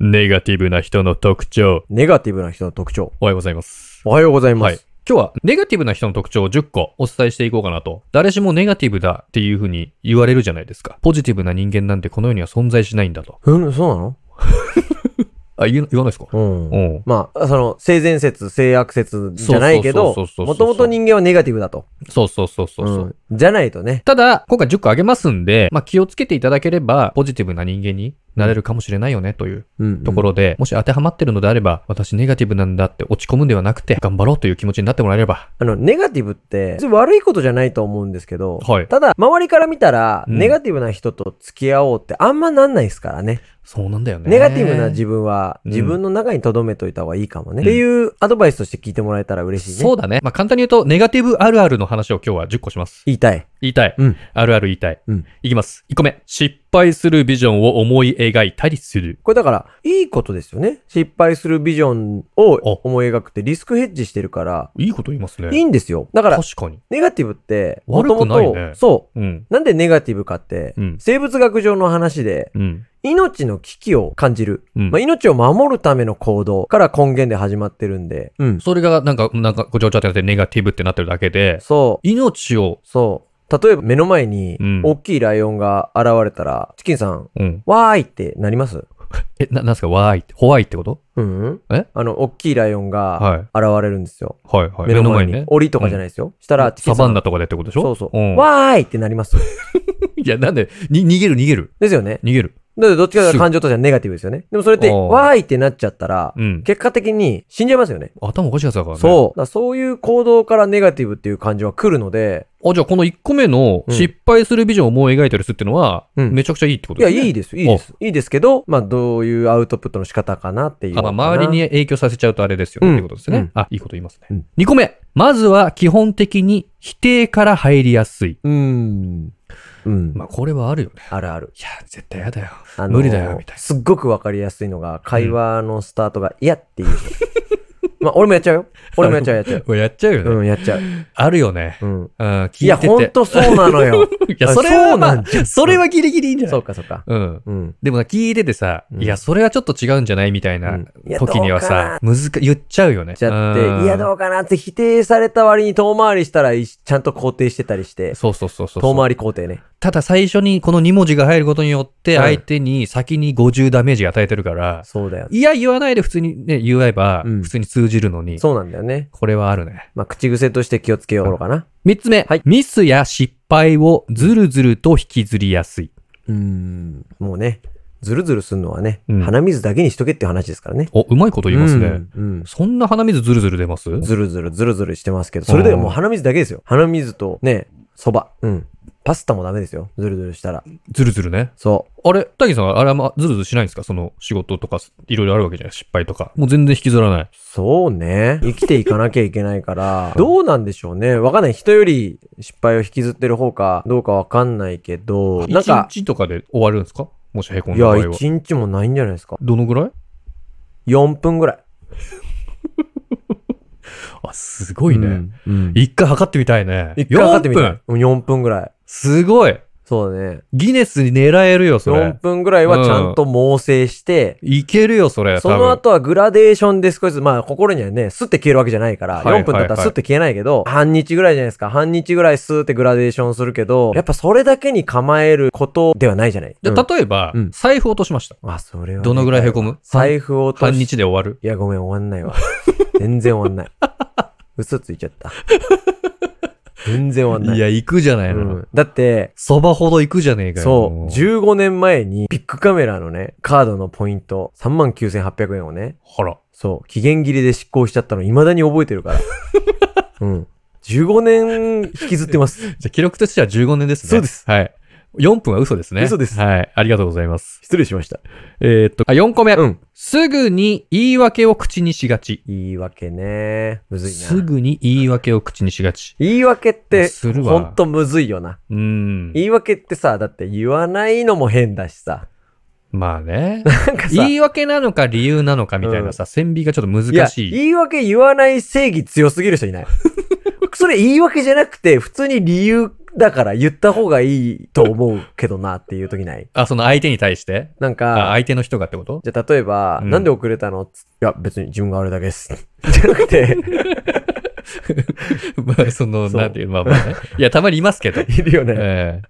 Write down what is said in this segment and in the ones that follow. ネガティブな人の特徴。ネガティブな人の特徴。おはようございます。おはようございます。はい。今日はネガティブな人の特徴を10個お伝えしていこうかなと。誰しもネガティブだっていうふうに言われるじゃないですか。ポジティブな人間なんてこの世には存在しないんだと。うん、そうなのあ、言う言わないですかうん。うん。まあ、その、性善説、性悪説じゃないけそうど、もそうそうそうそうともと人間はネガティブだと。そうそうそうそうそう。うんじゃないとね。ただ、今回10個あげますんで、まあ、気をつけていただければ、ポジティブな人間になれるかもしれないよね、といううん。ところで、もし当てはまってるのであれば、私ネガティブなんだって落ち込むんではなくて、頑張ろうという気持ちになってもらえれば。あの、ネガティブって、別に悪いことじゃないと思うんですけど、はいただ、周りから見たら、うんネガティブな人と付き合おうってあんまなんないですからね。そうなんだよね。ネガティブな自分は、うん自分の中に留めといた方がいいかもね。うんっていうアドバイスとして聞いてもらえたら嬉しいね。そうだね。まあ、簡単に言うと、ネガティブあるあるの話を今日は10個します。言いたい。言いたい。うん。あるある言いたい。うんいきます。1個目。失敗するビジョンを思い描いたりする。これだから、いいことですよね。失敗するビジョンを思い描くってリスクヘッジしてるから、いいこと言いますね。いいんですよ。だから、確かに。ネガティブって、も悪とくもないねと、そうん。う。なんでネガティブかって、うん生物学上の話で、うん。命の危機を感じる。うんまあ、命を守るための行動から根源で始まってるんで、うん。それが、なんか、なんか、ごちゃごちゃってなって、ネガティブってなってるだけで、そう。命を、そう。例えば目の前にうん大きいライオンが現れたら、チキンさん、うん。わーいってなりますえ、な、なんすか、わーいって、ホワイってことうん、えあの、大きいライオンはがい現れるんですよ。はいはい。目の前に。ね。檻とかじゃないですよ。したら、チキサンさバんンナとかでってことでしょそうそう。ん、わーいってなります。 いや、なんで、に、逃げる逃げる。ですよね。逃げる。だってどっちかというと感情としてはネガティブですよね。でもそれって、あーわーいってなっちゃったら、うん。結果的に死んじゃいますよね。頭おかしいやつだからね。そう。だからそういう行動からネガティブっていう感情は来るので、う。あ、じゃあこの1個目のうん失敗するビジョンを思い描いたりするっていうのは、うんめちゃくちゃいいってこといや、ですね。いいです、いいです。いいですけど、まあ、どういうアウトプットの仕方かなっていうあのかな。周りに影響させちゃうとあれですよね、うんってことですね、うんあ、いいこと言いますね。うん2個目。まずは基本的に否定から入りやすい。うーん。うん。まあ、これはあるよね。あるある。いや、絶対やだよ。あ無理だよみたいなすっごくわかりやすいのが、会話のスタートが、いやっ ていう人。まあ、俺もやっちゃうよ。俺もやっちゃう、やっちゃう。これやっちゃうよね。うん、やっちゃう。あるよね。うん。うん、聞いてて。いや、ほんとそうなの よ。いや、それは、まそうなあんじ、それはギリギリいいんじゃなそいうか、そうか。うん。うん。でもな、聞いててさ、うんいや、それはちょっと違うんじゃないみたいなうんいや時にはさ、難か、言っちゃうよね。じゃって、いや、どううかなって否定された割に遠回りしたら、いちゃんと肯定してたりしてん。、そうそうそうそう。遠回り肯定ね。ただ最初にこの2文字が入ることによって、うん相手に先に50ダメージ与えてるから、そうだよ。いや、言わないで普通にね、言えば、うん普通に通じるのに、そうなんだよね。これはあるね。まあ、口癖として気をつけようかな。 3つ目、はいミスや失敗をずるずると引きずりやすい。うん。もうね、ズルズルすんのはね、うん鼻水だけにしとけっていう話ですからね。お、うまいこと言いますね。うん。うんそんな鼻水ずるずる出ますずるずるずるずるしてますけど、それでもう鼻水だけですよ。鼻水とね、そば。うん。パスタもダメですよ。ずるずるしたら。ずるずるね。そあれ、大義さんはあれはまずるずるしないんですかその仕事とか、いろいろあるわけじゃない失敗とか。もう全然引きずらない。う。そうね。生きていかなきゃいけない から、どうなんでしょうね。わかんない。人より失敗を引きずってる方か、どうかわかんないけど、なん1か、日とかで終わるんですかもしへこんいだ場や、合は。一日もないんじゃないですか。どのぐらい4分ぐらい。あ、すごいね。うん。うん一、回測ってみたいね。一回測ってみた4い分。うん4分ぐらい。すごい。そうだね。ギネスに狙えるよ、そ4れ。分ぐらいはちゃんと猛省して、いけるよ、それ。その多分。後はグラデーションで少しずつ、まあ心にはね、スッて消えるわけじゃないから、はいはい4分だったらスッて消えないけど、半日ぐらいじゃないですか。半日ぐらいスーってグラデーションするけど、やっぱそれだけに構えることではないじゃない。じゃうんあ、例えば、うん財布落としました。あ、それはね。どのぐらいへこむ財布を落とし半日で終わる。いや、ごめん、終わんないわ。全然終わんない。 嘘ついちゃった。全然終わんない。いや、行くじゃないうの。んだって、そばほど行くじゃねえかよ。そもう、15年前にビッグカメラのね、カードのポイント、39,800円をね、ほら。そう、期限切れで執行しちゃったの、未だに覚えて るから。うん。15年引きずっ てます。じゃあ、記録としては15年ですね。そうです。はい。4分は嘘ですね。嘘ですはい。ありがとうございます。失礼しました。えーっと、あ、4個目。うん。すぐに言い訳を口にしがち。言い訳ね。むずすいな。ぐに言い訳を口にしがち。言い訳って、するわほんとむずいよな。うん。言い訳ってさ、だって言わないのも変だしさ。まあね。なんかさ、言い訳なのか理由なのかみたいなさ、線引きがちょっといや難しい。言い訳 言わない正義強すぎる人いない。それ言い訳じゃなくて、普通に理由だから言った方がいいと思うけどなっていう時ない。あ、その相手に対してなんあ、か、相手の人がってことじゃあ例えば、うんなんで遅れたのついや、別に自分が悪いだけです。 じゃな くて、まあ、その、そうなんていう、まあま あね。いや、たまにいますけど。いるよね。え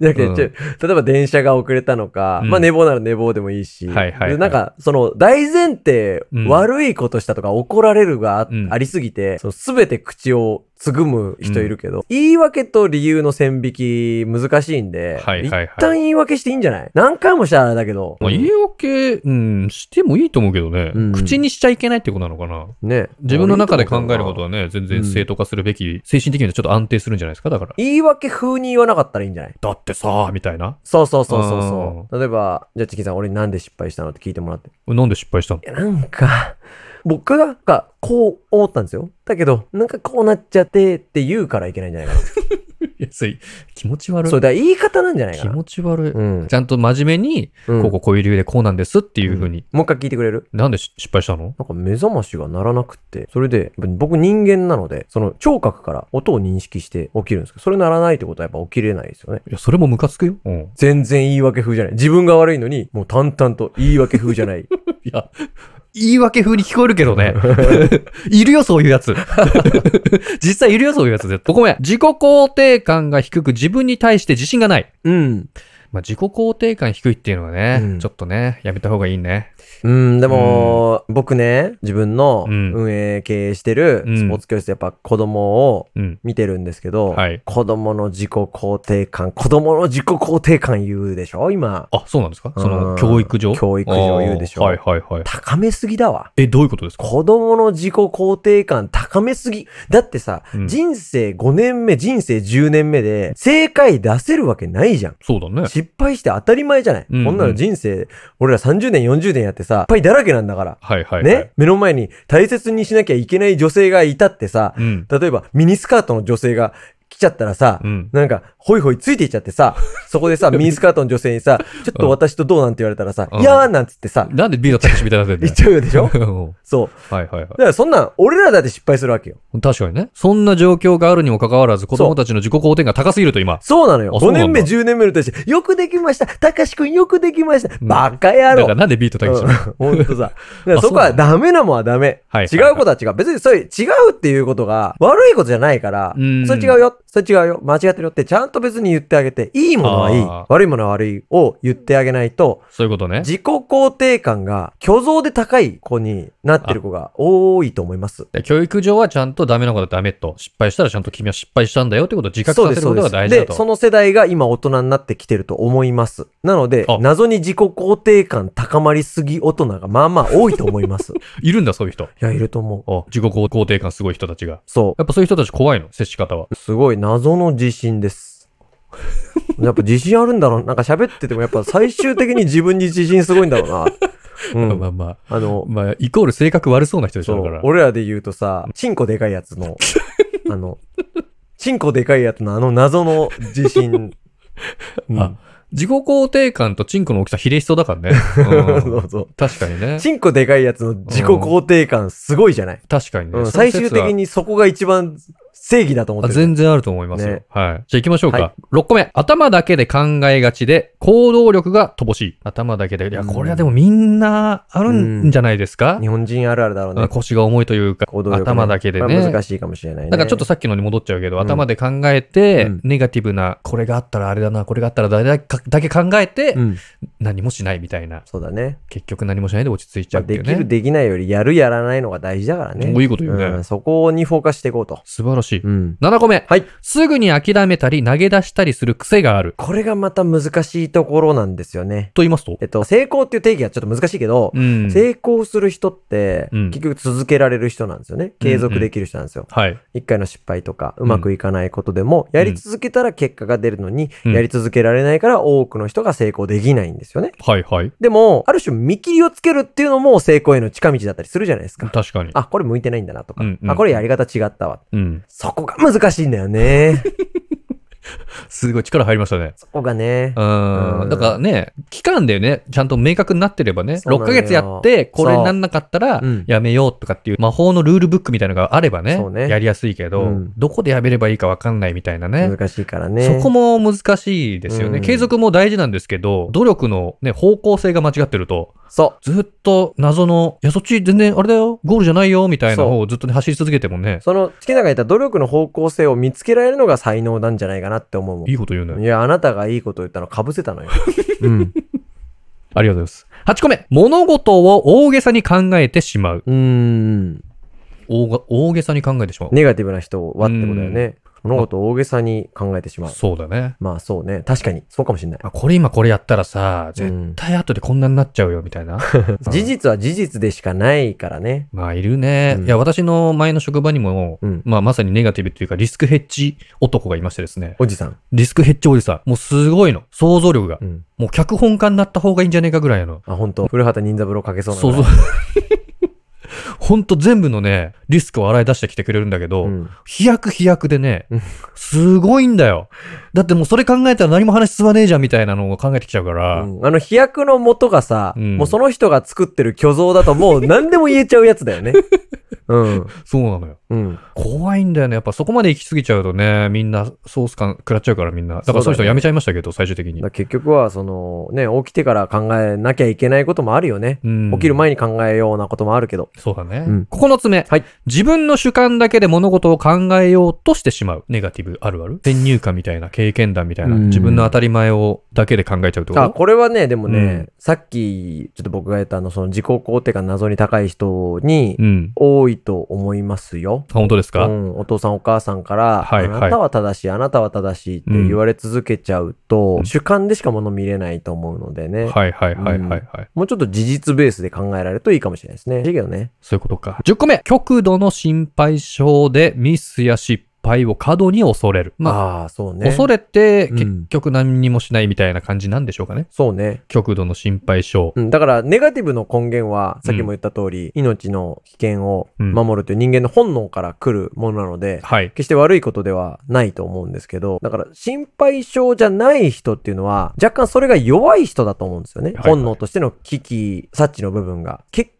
じゃなくて、うんちょ例えば電車が遅れたのか、うんまあ寝坊なら寝坊でもいいし、はいはいはいでなんかその大前提、うん悪いことしたとか怒られるがあ,、うんありすぎて、その全て口をつぐむ人いるけど、言い訳と理由の線引き難しいんで、はいはいはい一旦言い訳していいんじゃない何回もしたらあれだけど、えまあ、言い訳、うん、してもいいと思うけどね。うん口にしちゃいけないってことなのかな。ね、自分の中で考えることは。はね、全然正当化するべき、精神的にはちょっと安定するんじゃないですか、だから。言い訳風に言わなかったらいいんじゃないだってさ、みたいな。そうそうそうそうそう。例えば、じゃあチキンさん俺なんで失敗したのって聞いてもらって。なんで失敗したの いや、なんか、僕が、かこう思ったんですよ。だけど、なんかこうなっちゃってって言うからいけないんじゃないかいやそれ気持ち悪な。いそ。れ、だから言い方なんじゃないか気な。持ち悪い。うん。ちゃんと真面目に、うんこうこうこういう理由でこうなんですっていうふうに。もう一回聞いてくれるなんでし失敗したのなんか目覚ましが鳴らなくって、それで、僕人間なので、その聴覚から音を認識して起きるんですけど、それ鳴らないってことはやっぱ起きれないですよね。いや、それもムカつくよ。うん。全然言い訳風じゃない。自分が悪いのに、もう淡々と言い訳風じゃない。いや、言い訳風に聞こえるけど ね。いるよ、そういうやつ。実際いるよ、そういうやつ絶対。ごめん。自己肯定感が低く自分に対して自信がない。うん。まあ、自己肯定感低いっていうのはね、うんちょっとね、やめた方がいいね。うん、でも、僕ね、自分のうん運営経営してるうんスポーツ教室、やっぱ子供をうん。見てるんですけど、はい子供の自己肯定感、子供の自己肯定感言うでしょ今。あ、そうなんですかうんその、教育上教育上言うでしょあーはいはいはい。高めすぎだわ。え、どういうことですか子供の自己肯定感高めすぎ。だってさ、うん人生5年目、人生10年目で、正解出せるわけないじゃん。そうだね。失敗して当たり前じゃない。うんうんこんなの人生、俺ら30年、40年やってさ、失敗だらけなんだから。はいはいはい。ね、目の前に大切にしなきゃいけない女性がいたってさ、うん。例えばミニスカートの女性が来ちゃったらさ、うん。なんか、ホイホイついていっちゃって さ、そこでさ、ミニスカートの女性にさ、ちょっと私とどうなんて言われたらさ、うんいやーなんつってさ、なんでビーのタクシーみたいになってん言だっよ。ちゃうで しょうんそう。はいはいだからそんなん、俺らだって失敗するわけよ。はい。確かにね。そんな状況があるにもかかわらず、子供たちの自己肯定が高すぎると今。そうなのよ。あそ5うな年ん目、だ10年目の人たち、よくできました。たかしくんよくできました。んバカ野だか郎ら。なんでビートたけしなの うんほんとさ。だか らあそこそうはなダメなもんはダメ。はい違うことは違う。別にそれ違うっていうことが悪いことじゃないから、うんそれ違うよ、それ違うよ、間違ってるよってちゃんと別に言ってあげて、いいものはいいあー、悪いものは悪いを言ってあげないと、そういうことね。自己肯定感が虚像で高い子になってる子が多いと思います。で教育上はちゃんとダメなことはダメと。失敗したらちゃんと君は失敗したんだよってことを自覚そうさでせす、るこそうとでがす。大事だで、と。その世代が今大人になってきてると思います。なのであ、謎に自己肯定感高まりすぎ大人がまあまあ多いと思 います。いいるんだ、そういう人。や、いると思う。あ自己肯定感すごい人たちが。そう。やっぱそういう人たち怖いの、接し方は。すごい謎の自信です。 やっぱ自信あるんだろうなんか喋っててもやっぱ最終的に自分に自信すごいんだろうな。うまん。あまあ。あの、まあ、イコール性格悪そうな人でしそょ、だかうら。、俺らで言うとさ、チンコでかいや つの、あの、チンコでかいやつのあの謎の 自信。うんあ、自己肯定感とチンコの大きさ比例しそうだからね。 そうんうそう。確かにね。チンコでかいやつの自己肯定感すごいじゃない、確かにね。うそんの最終説は的にそこが一番正義だと思っあてる。全然あると思いますよ。ねはい。じゃあ行きましょうか、は6個目。頭だけで考えがちで、行動力が乏しい。頭だけで。いや、うんこれはでもみんなあるんじゃないですか、日本人あるあるだろうあね。腰が重いというか、行動力ね頭だけでまあね。難しいかもしれないね。だからちょっとさっきのに戻っちゃうけど、うん頭で考えて、うんネガティブな、これがあったらあれだな、これがあったら誰だかだけ考えて、うん、何もしないみたいな。そうだね。結局何もしないで落ち着いちゃまあうっていでうきね。る、できないより、やる、やらないのが大事だからね。もういいこと言うねんそこにフォーカスしていこうと。素晴らしい。うん。 7個目。はい。すぐに諦めたり投げ出したりする癖がある。これがまた難しいところなんですよね。と言いますとえっと、成功っていう定義はちょっと難しいけど、うん。成功する人って、うん結局続けられる人なんですよね。継続できる人なんですよ。はい。一回の失敗とか、うまくいかないことでも、やり続けたら結果が出るのに、うんやり続けられないから多くの人が成功できないんですよね。はいはい。でも、ある種見切りをつけるっていうのも成功への近道だったりするじゃないですか。確かに。あ、これ向いてないんだなとか、うんうんあ、これやり方違ったわ。うん。 そこが難しいんだよね。すごい力入りましたね。そこがねう。ん。だからね、期間でね、ちゃんと明確になってればね、そうな6のよヶ月やって、これになんなかったらそううん、やめようとかっていう魔法のルールブックみたいなのがあればねそう、ねやりやすいけうどん、どこでやめればいいかわかんないみたいなね。難しいからね。そこも難しいですようね。ん継続も大事なんですけど、努力のね、方向性が間違ってると、そずっと謎の、いや、そっち全然あれだよ、ゴールじゃないよ、みたいな方をずっとね走り続けてもねう。、その、月永が言った努力の方向性を見つけられるのが才能なんじゃないかなって思うもん。いいこと言うねい。や、あなたがいいこと言ったの被せたのよ。うん。ありがとうございます。8個目。物事を大げさに考えてしまう。うーん。大が大げさに考えてしまう。ネガティブな人はってことだよね。物事を大げさに考えてしまう。そうだね。まあそうね。確かに。そうかもしれない。あこれ今これやったらさ、う絶ん、対後でこんなになっちゃうよ、みたいな。 事実は事実でしかないからね。まあ、いるね。うんいや、私の前の職場にも、うんまあ、まさにネガティブというか、リスクヘッジ男がいましてですね。おじさん。リスクヘッジおじさん。もうすごいの。想像力が。うん。もう脚本家になった方がいいんじゃねえかぐらいやの。あ、本当。古畑任三郎かけそうなそうぐらそ。いう ほんと全部のね、リスクを洗い出してきてくれるんだけど、うん。飛躍飛躍でねうん、すごいんだよ。だってもうそれ考えたら何も話進まねえじゃんみたいなのを考えてきちゃうから、うんあの飛躍の元がさ、うんもうその人が作ってる虚像だとも う何でも言えちゃうやつだよね。うん。そうなのよ。うん。怖いんだよね。やっぱそこまで行き過ぎちゃうとね、みんなソース感食らっちゃうからみんな。だからそそうの人だね辞めちゃいましたけど、最終的だにから。結局は、その、ね、起きてから考えなきゃいけないこともあるよね。うん起きる前に考えようなこともあるけど。そうだね。うん9つ目、はい自分の主観だけで物事を考えようとしてしまう。ネガティブあるある先入観みたいな、経験談みたいな、うん自分の当たり前をだけで考えちゃうってこあ、とこれはね、でもね、うんさっき、ちょっと僕が言ったあの、その自己肯定感謎に高い人にう、ん。多いと思いますよ。あ本当ですか、うん、お父さんお母さんから、はいはいあなたは正しい、あなたは正しいって言われ続けちゃうと、うん主観でしか物見れないと思うのでね、はいはいはいはいはい。もうちょっと事実ベースで考えられるといいかもしれないですね。いいけどね。そういうことか。10個目。極度の心配症でミスや失敗を過度に恐れる。まあ、ああ、そうね。恐れてうん結局何にもしないみたいな感じなんでしょうかね。そうね。極度の心配症。うん、だから、ネガティブの根源は、さっきも言った通り、命の危険をうん守るという人間の本能から来るものなので、はい。決して悪いことではないと思うんですけど、だから心配性じゃない人っていうのは、若干それが弱い人だと思うんですよはね。いはい本能としての危機、察知の部分が。結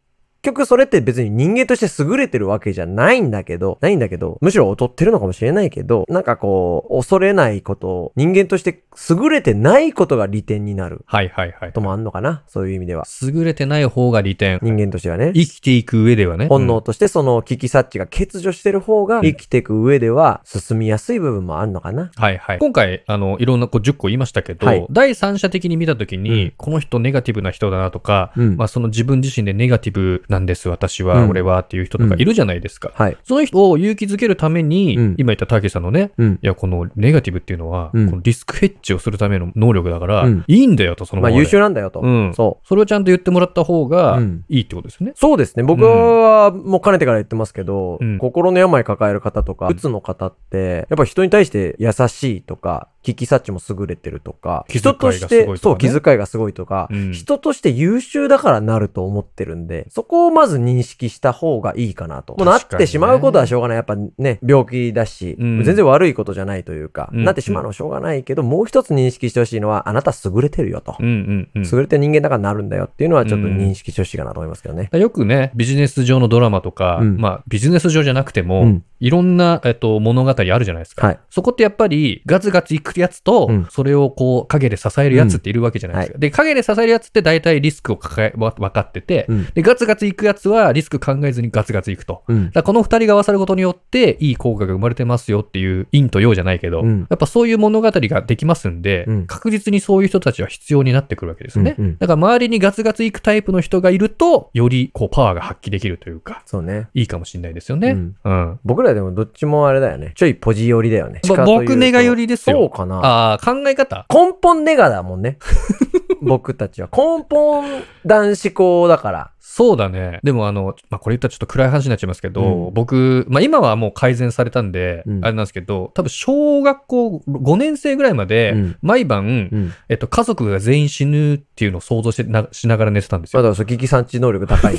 局それって別に人間として優れてるわけじゃないんだけど、ないんだけど、むしろ劣ってるのかもしれないけど、なんかこう、恐れないこと、人間として優れてないことが利点になるはいはいはいこと。もあんのかなそういう意味では。優れてない方が利点。人間としてはね。生きていく上ではね。本能としてその危機察知が欠如してる方が生きていく上では進みやすい部分もあるのかなはいはい。今回、あの、いろんなこう10個言いましたけど、はい第三者的に見たときに、うんこの人ネガティブな人だなとか、うんまあその自分自身でネガティブなんです、私は、うん俺はっていう人とかいるじゃないですか。はい。その人を勇気づけるために、うん今言ったたけしさんのね、うんいや、このネガティブっていうのは、うんこのリスクヘッジをするための能力だから、うんいいんだよと、そのまあままで優秀なんだよと。うんそそれをちゃんと言ってもらった方がうん、いいってことですよねう。。そうですね。僕はもうかねてから言ってますけど、うん心の病抱える方とか、うつの方って、やっぱ人に対して優しいとか、聞き察知も優れてるとか、気遣い人とがしすてごい、とそかう、ね気遣いがすごいとか、うん人として優秀だからなると思ってるんで、そこをまず認識した方がいいかなと。もうなっ確かにねてしまうことはしょうがない。やっぱね、病気だし、うん全然悪いことじゃないというか、うんなってしまうのはしょうがないけど、もう一つ認識してほしいのは、あなた優れてるよと。うんうんうん。優れてる人間だからなるんだよっていうのはちょっと認識してほしいかなと思いますけどね。よくね、ビジネス上のドラマとか、うんまあビジネス上じゃなくても、うんいろんな、えっと、物語あるじゃないですか。はいそこってやっぱりガツガツいくやつと、うんそれをこう陰で支えるやつっているわけじゃないですか。で、陰で支えるやつって大体リスクを抱え、わ分かってて、うんで、ガツガツいくやつはリスク考えずにガツガツいくと。うんだか。らこの二人が合わさることによって、いい効果が生まれてますよっていう、陰と陽じゃないけど、うんやっぱそういう物語ができますんで、うん確実にそういう人たちは必要になってくるわけですね。うんうんだから周りにガツガツいくタイプの人がいると、よりこうパワーが発揮できるというか、そうね。いいかもしれないですよね。ううんん。僕らでもどっちもあれだよね。ちょいポジ寄りだよね。ぼ僕ネガ寄りですよそうかな。ああ、考え方根本ネガだもんね。僕たちは。根本男子校だから。そうだね。でもあの、まあ、これ言ったらちょっと暗い話になっちゃいますけど、うん僕、まあ、今はもう改善されたんで、うんあれなんですけど、多分小学校5年生ぐらいまで、うん毎晩、うん。まえっと、家族が全員死ぬっていうのを想像してなしながら寝てたんですあだよ。からそう、危機産知能力高い。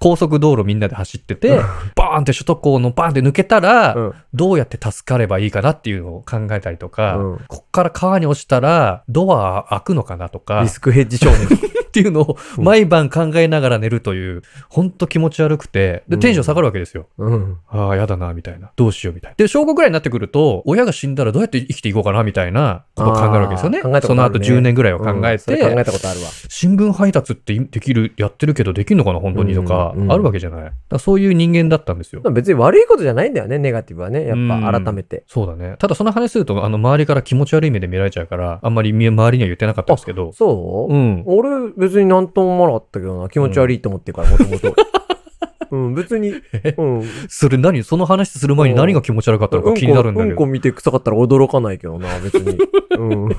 高速道路みんなで走ってて、バーンって首都高のバーンって抜けたら、うんどうやって助かればいいかなっていうのを考えたりとか、うんこっから川に落ちたら、ドア開くのかなとかリ、スクヘッジ商人。っていうのをうん毎晩考えながら寝るという、ほんと気持ち悪くて、で、うんテンション下がるわけですよ。うん。ああ、やだな、みたいな。どうしよう、みたいな。で、小5ぐらいになってくると、親が死んだらどうやって生きていこうかな、みたいなことを考えるわけですよね。あー考えたそことのある後ね10年ぐらいを考えて、うんそれ考えたことあるわ。新聞配達っていできる、やってるけどできるのかな、本当にとか、うんうんあるわけじゃない。だからそういう人間だったんですよ。まあ別に悪いことじゃないんだよね、ネガティブはね。やっうぱん改めて。そうだね。ただその話すると、あの、周りから気持ち悪い目で見られちゃうから、あんまりみ周りには言ってなかったんですけど、そう、うん。俺別になんとも思わなかったけどな。気持ち悪いと思ってるから、もともと。うん、別に。うん。それ何その話する前に何が気持ち悪かったのか気になるんだうんけこ、ど。うんこ見て臭かったら驚かないけどな、別に。うん。例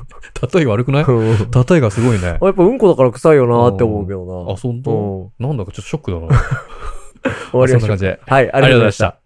え悪くないうん例えがすごいね。あやっぱうんこだから臭いよなって思うけどな。あ、そんうとんなんだかちょっとショックだな。終わりそんなましょう感じで。はい、ありがとうございました。。